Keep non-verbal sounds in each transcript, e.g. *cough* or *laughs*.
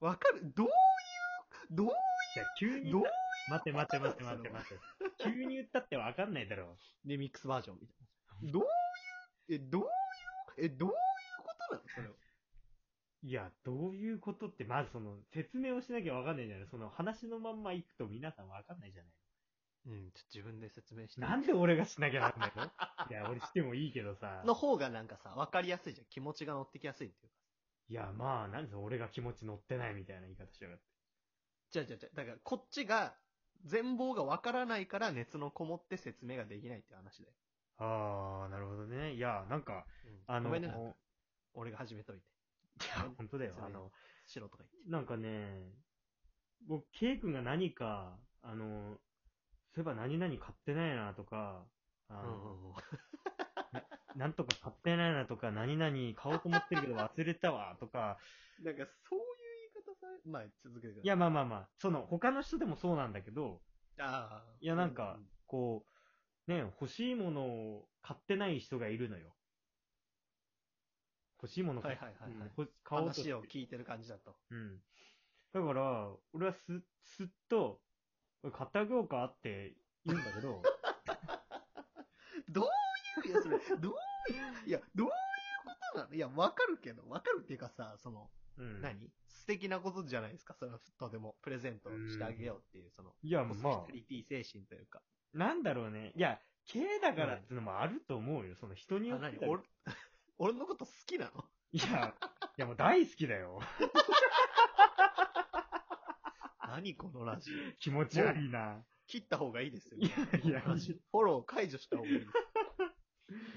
わかるどういう、どういや、急にど言うった、待って待って待って待って *laughs* 待って。急に言ったってわかんないだろで、ミックスバージョンみたいな。どういう、え、どういう、え、どういうことなのそれを。う。いや、どういうことって、まずその、説明をしなきゃわかんないじゃないその話のまんま行くと皆さんわかんないじゃないうん、ちょっと自分で説明して。なんで俺がしなきゃなんない *laughs* のいや、俺してもいいけどさ。の方がなんかさ、わかりやすいじゃん。気持ちが乗ってきやすいっていうか。いや、まあ、なんでその俺が気持ち乗ってないみたいな言い方しやがって。じゃあじゃあじゃあだからこっちが、全貌がわからないから熱のこもって説明ができないっていう話だよ。あー、なるほどね。いや、なんか、あの、ごめんね、いやなんか俺が始めといて。 *laughs* 本当だよ。そあれの、白とか言って。なんかね、僕、ケイ君が何か、あの、そういえば何々買ってないなとか、あうの、んうんうんなんとか買ってないなとか、何々買おうと思ってる *laughs* けど忘れたわとか、なんかそういう言い方され、まあ続けてくださいや、まあまあまあ、その、他の人でもそうなんだけど、ああいやなんかううこう、ね、欲しいものを買ってない人がいるのよ。欲しいものは買いはいはいはいうん買おうとし話てを聞いてる感じだと。うん。だから、俺はす、すっと、おい買ってあげようかって言うんだ *laughs* けど、どういう、いや、それ、どういう、いや、どういうことなのいや、わかるけど、わかるっていうかさ、その、うん。何素敵なことじゃないですか、それは、とても、プレゼントしてあげようっていう、その、いや、ホスピタまリティ精神というか。あ、なんだろうね。いや、系だからってのもあると思うよ。その人によあ、って何だ *laughs* 俺、俺のこと好きなのいや、いやもう大好きだよ。何このラジオ。気持ち悪いな。切った方がいいですよ。いや、いや、ラジオフォロー解除した方がい *laughs* いです。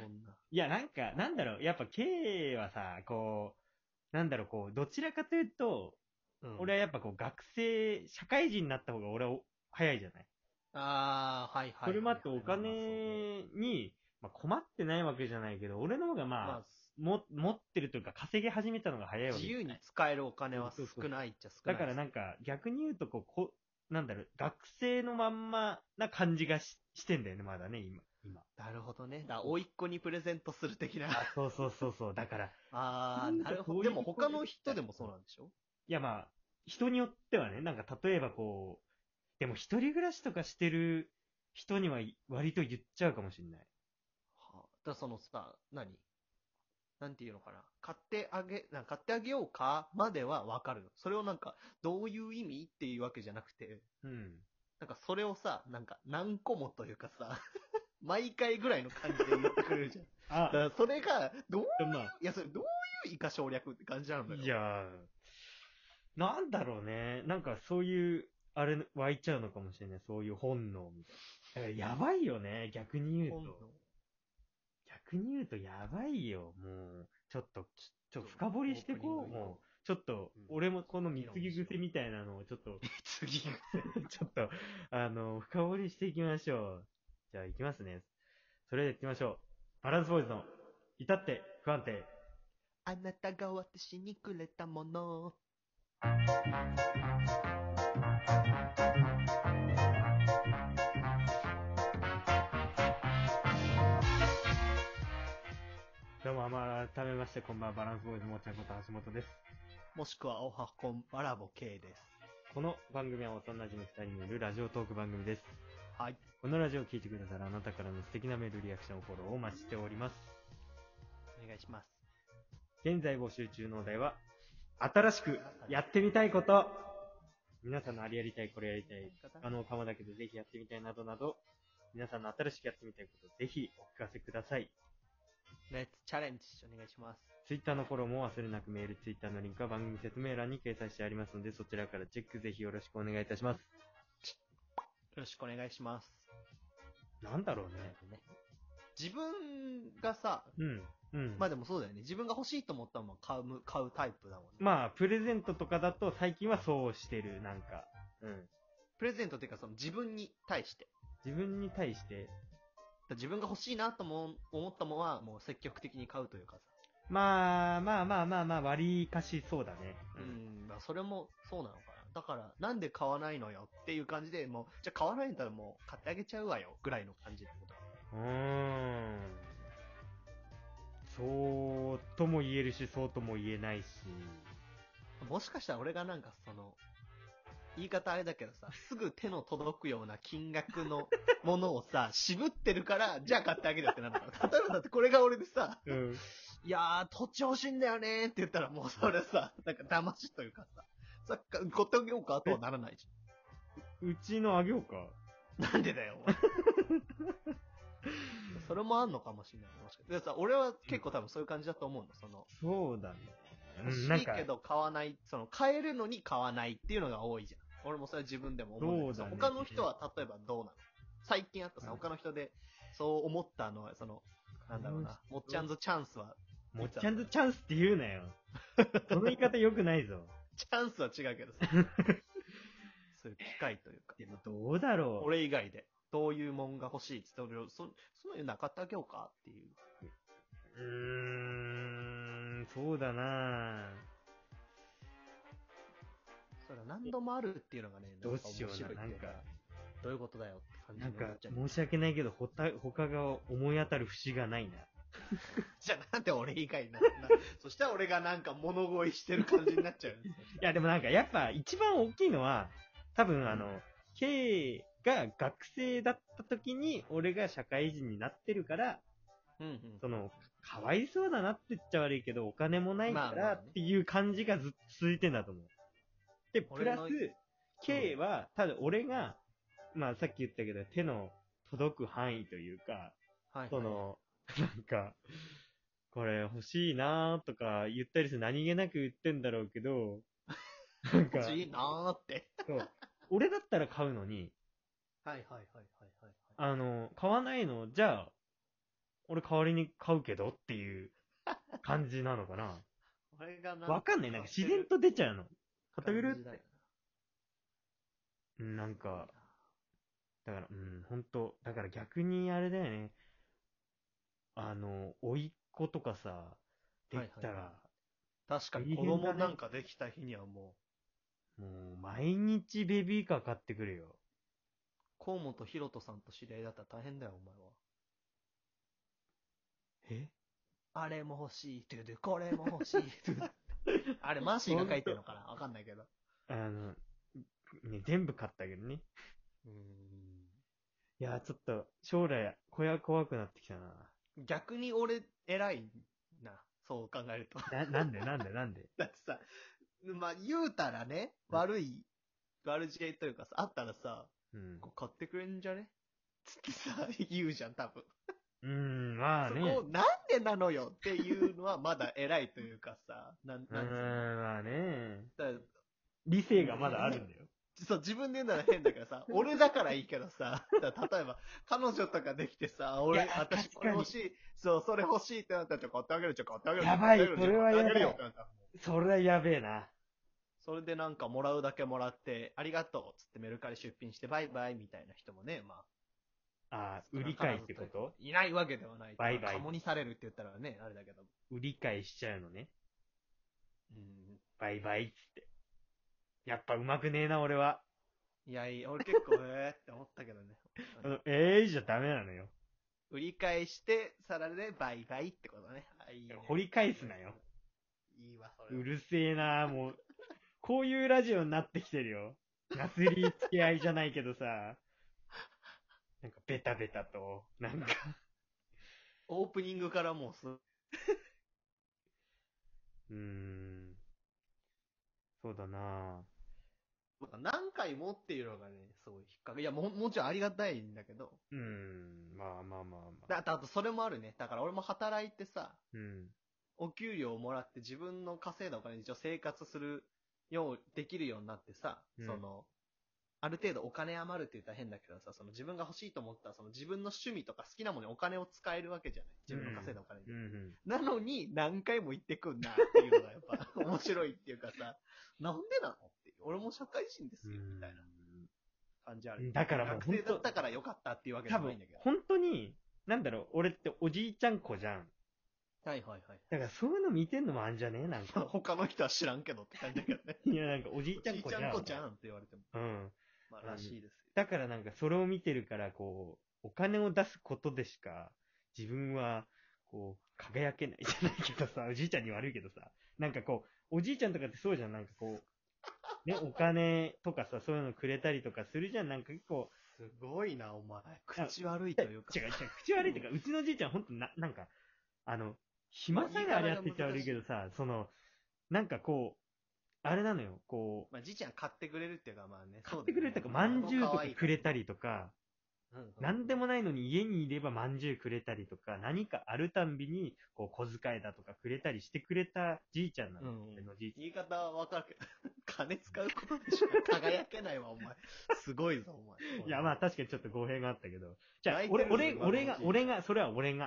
そんな。いや、なんか、なんだろう、やっぱ K はさ、こう、なんだろう、こう、どちらかというと、うん俺はやっぱこう、学生、社会人になった方が俺はお早いじゃない。ああ、はいはいはい。それもあっておまあまあそう金に、まあ、困ってないわけじゃないけど、俺の方がまあ、まも持ってるというか、稼ぎ始めたのが早いあ、わけ自じゃな由いに使えるお金は少ないっちゃ少なだい。からなんか、逆に言うとこう、こうなんだろう、学生のまんまな感じがししてんだよね、まだね、今。今。なるほどね。だから、甥っ子にプレゼントする的な。あ、そうそうそうそう。だから、ああ、なんかなるほど。そういでうも他の人でもそうなんでしょいやまあ、人によってはね、なんか例えばこう、でも一人暮らしとかしてる人にはい割と言っちゃうかもしれない。はあ、だからそのさ、何なんていうのかな。買ってあげ、なんか買ってあげようかまではわかるよ。それをなんか、どういう意味っていうわけじゃなくて、うん。なんかそれをさ、なんか何個もというかさ、 *laughs* 毎回ぐらいの感じで言ってくれ *laughs* るじゃん。あだか、らそれが、どう、まいや、それどういう以下省略って感じなあ、のよ。いやー、なんだろうね。なんかそういう、あれ、湧いちゃうのかもしれない。そういう本能みたいな。だからやばいよね、逆に言う本能、と。逆に言うとやばいよ、もう。ちょっと、ちちょっと深掘りしてオーこプう、ニングのもう。ちょっとうん、俺もこの貢ぎ癖みたいなのをちょっと、次。 *laughs* ちょっと、あの、深掘りしていきましょう。じゃあ、いきますね。それでは行きましょう。バランスボーイズの、至って不安定。あなたが私にくれたもの。どうも、まあ、改めまして、こんばんは、バランスボーイズもっちゃんこと橋本です。もしくは、おはこんばらぼけいです。この番組は幼馴染二人によるラジオトーク番組です。はい。このラジオを聞いてくださるあなたからの素敵なメールリアクションフォローをお待ちしております。お願いします。現在募集中のお題は、新しくやってみたいこと。皆さんのあれやりたい、これやりたい、あの、かまだけどぜひやってみたいなどなど、皆さんの新しくやってみたいこと、ぜひお聞かせください。レッツチャレンジお願いします。ツイッターのフォローも忘れなくメール、ツイッターのリンクは番組説明欄に掲載してありますので、そちらからチェックぜひよろしくお願いいたします。よろしくお願いします。なんだろうね。自分がさ、うん。うん。ままあでもそうだよね。自分が欲しいと思ったものを買う、買うタイプだもんね。あ、プレゼントとかだと最近はそうしてる、なんか。うん。プレゼントっていうかその自分に対して。自分に対して、だから自分が欲しいなとも思ったものはもう積極的に買うというかさ。まあ、まあまあまあまあ、割りかしそうだね。う。ん、まあそれもそうなのかな。だから、なんで買わないのよっていう感じで、もう、じゃあ買わないんだったらもう買ってあげちゃうわよぐらいの感じってこと。うーん。そうとも言えるし、そうとも言えないし。もしかしたら俺がなんかその、言い方あれだけどさ、すぐ手の届くような金額 *laughs* のものをさ、渋ってるから、じゃあ買ってあげるよってなるから。例えばだってこれが俺でさ、うん。いやー、土地欲しいんだよねーって言ったらもうそれさ、なんか騙しというかさ、さっか、ごってあげようかとはならないじうちのあげようか。ゃん。 *laughs* なんでだよ、 *laughs* お前それもあんのかもしれない。もしかしてでさ、俺は結構多分そういう感じだと思うの。その、そうだね。欲しなんいか、けど買わない、その、買えるのに買わないっていうのが多いじゃん。俺もそれは自分でも思うんだけどそうだね他の人は例えばどうなの最近あったさ、うん他の人でそう思ったのは、その、なんだろうな、もっちゃんずチャンスは、もっちゃんとチャンスって言うな *laughs* よ。その言い方良くないぞ。チャンスは違うけどさ、 *laughs* そういう機会というか、でもどうだろう。俺以外で、どういうもんが欲しいって言って俺を、そ、そのような買ってあげようかっていう。うーん、そうだなそれは何度もあるっていうのがね、どうしようななんか面白いっていうなんかどういうことだよって感じなんにかなっちゃう。申し訳ないけど、ほた、他が思い当たる節がないな。じゃあなんで俺以外 *laughs* なんだそしたら俺がなんか物乞いしてる感じになっちゃうんです *laughs* よ。いや、でもなんかやっぱ一番大きいのは、多分あの、K が学生だった時に、俺が社会人になってるから、うんうん。その、かわいそうだなって言っちゃ悪いけど、お金もないかまあまらあっねていう感じがずっと続いてんだと思う。で、プラス俺の、 K は、ただ俺が、まあさっき言ったけど、手の届く範囲というか、はいはいそ、の、なんか、これ欲しいなとか言ったりする何気なく言ってんだろうけ *laughs* ど、なんか欲、しいなーって。そう俺だったら買うのに、はいはいはいはいはい。あの、買わないの、じゃあ、俺代わりに買うけどっていう感じなのかな。俺がわかんない。なんか自然と出ちゃうの。片ぐるって。うんなんか、だから、うん、ほんと、だから逆にあれだよね。あの、甥っ子とかさ、できたら、はいはいは確かに子大変だ供ねなんかできた日にはもう、もう毎日ベビーカー買ってくるよ。河本ひろとさんと知り合いだったら大変だよ、お前は。えあれも欲しい、トゥドゥ、これも欲しい、ト *laughs* ゥドゥ。あれ、マーシーが書いてるのかなわかんないけど。あの、ね、全部買ったけどね。うーん。いやー、ちょっと、将来、小屋怖くなってきたな。逆に俺、偉いな。そう考えると。 *laughs* な、なんで、なんで、なんで。だってさ、まあ、言うたらね、うん悪い、悪知恵というかさ、あったらさ、うん。こう買ってくれんじゃね *laughs* つってさ、言うじゃん、多分。うーん、まあそね。こをなんでなのよっていうのはまだ偉いというかさ、なん、うーなんん、つうのまあね。だから理性がまだあるんだよ。そう、自分で言うなら変だけど *laughs* さ、俺だからいいけどさ、だから例えば、彼女とかできてさ、い俺、や私確こかにれ欲しい、そう、それ欲しいってなったら、ちょ、買ってあげる、ちょ、買ってあげる。やばい買ってあげそるれはやば買いってあげるよってなったらそれはやべえな。それでなんかもらうだけもらって、ありがとうっつってメルカリ出品してバイバイみたいな人もね、まあ、あー売り買いってこといないわけではない。バイバイカモにされるって言ったらね、あれだけど。売り買いしちゃうのね。うん。バイバイっつって。やっぱうまくねえな、俺は。いや、いい俺結構、えーって思ったけどね。あのええじゃダメなのよ。売り返して、さらでバイバイってことね。あ、いいね。掘り返すなよ。いいわ、それうは。るせえなもう。こういうラジオになってきてるよ。なすり付け合いじゃないけどさ。なんかベタベタと、なんか。オープニングからもうす、うーん。そうだな何回もっていうのがね、すごい引っかかる。いや、も、もちろんありがたいんだけど。うーん。まあまあまあまあ。だってあとそれもあるね。だから俺も働いてさ、うん。お給料をもらって自分の稼いだお金で一応生活するよう、できるようになってさ、うんその、ある程度お金余るって言ったら変だけどさ、その自分が欲しいと思ったら、その自分の趣味とか好きなものにお金を使えるわけじゃない。自分の稼いだお金で。うんうん。なのに何回も言ってくんなっていうのがやっぱ *laughs* 面白いっていうかさ、なんでなのって。俺も社会人ですよ、みたいな感じある。だからもう学生だほんっとたから良かったっていうわけじ多ゃないん分だけど、。本当に、なんだろう、俺っておじいちゃん子じゃん。はいはいはい。だからそういうの見てんのもあんじゃねえなんまあか。他の人は知らんけどって感じだけどね。いや、なんかお *laughs* じいちゃちんい子ちじゃん。ゃんこちゃんって言われても。うん。まあ、らしいですよ。だからなんかそれを見てるから、こう、お金を出すことでしか、 *laughs* 自分は、こう、輝けないじゃないけどさ、おじいちゃんに悪いけどさ、なんかこう、おじいちゃんとかってそうじゃん、なんかこう、ね、お金とかさ、そういうのくれたりとかするじゃん、なんか結構、すごいな、お前。口悪いというか。 *laughs* 違う違う、口悪いっていうか、うちのじいちゃんほんとな、なんか、あの、暇さえあれやって言っちゃ悪いけどさ、その、なんかこう、あれなのよ、こう、まあ、じいちゃん買ってくれるっていうか、まあね。買ってくれるとか、まんじゅうとかくれたりとか、ななんでもないのに家にいればまんじゅうくれたりとか、何かあるたんびに、こう、小遣いだとかくれたりしてくれたじいちゃんなの、うん俺のじいち言い方はわかるけど、 *laughs* 金使うことでしか輝けないわ、お前。すごいぞ、おゃ前。ん。いや、まあ、確かにちょっと語弊があったけど。じゃあ泣、いて俺、る俺、今の俺がじ、いちゃん俺が、それは俺が、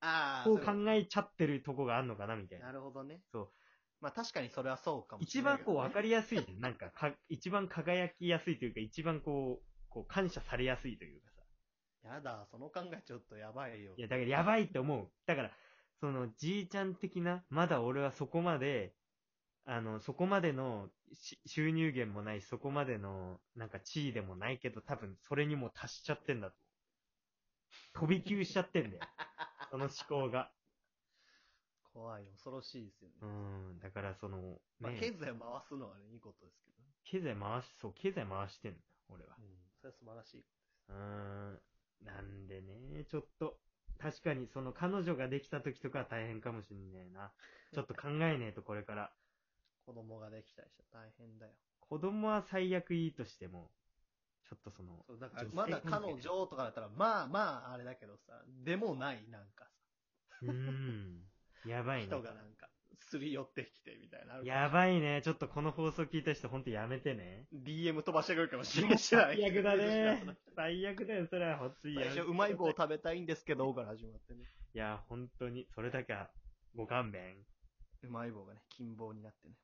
ああ、こうそ考うえちゃってるとこがあるのかな、みたいなな。るほどね。そう。まあ確かにそれはそうかもし一れな番いけどこう、ね、わかりやすいじゃん。なんかか、一番輝きやすいというか、一番こう、こう、感謝されやすいというかさ。やだ、その考えちょっとやばいよ。いや、だからやばいって思う。だから、その、じいちゃん的な、まだ俺はそこまで、あの、そこまでのし収入源もないし、そこまでの、なんか地位でもないけど、多分、それにもう達しちゃってんだと。飛び級しちゃって *laughs* んだよ。その思考が。怖い、恐ろしいですよね。うん、だからその、ね、まあ経済を回すのはね、いいことですけどね。経済回し、そう、経済回してんだ、俺は。うん。それは素晴らしい。うーん、なんでね、ちょっと、確かにその彼女ができた時とかは大変かもしんねえな。ちょっと考えねえとこれから。子供ができたりしたら大変だよ。子供は最悪いいとしても、ちょっとその、そうだから女、性まだ彼女とかだったら、まあまあ、あれだけどさ、でもない、なんかうーん、やばさ、いね。人がなんか、すり寄ってきてみたいなのあるから。やばいね。ちょっとこの放送聞いた人ほんとやめてね。 DM 飛ばしてくるかもしれない。知らない最悪だね。最悪だよ、それは。ほんとに最やめて初、うま *laughs* い棒食べたいんですけど、から始まってね。いや、ほんとに、それだけは、ご勘弁。うまい棒がね、金棒になってね。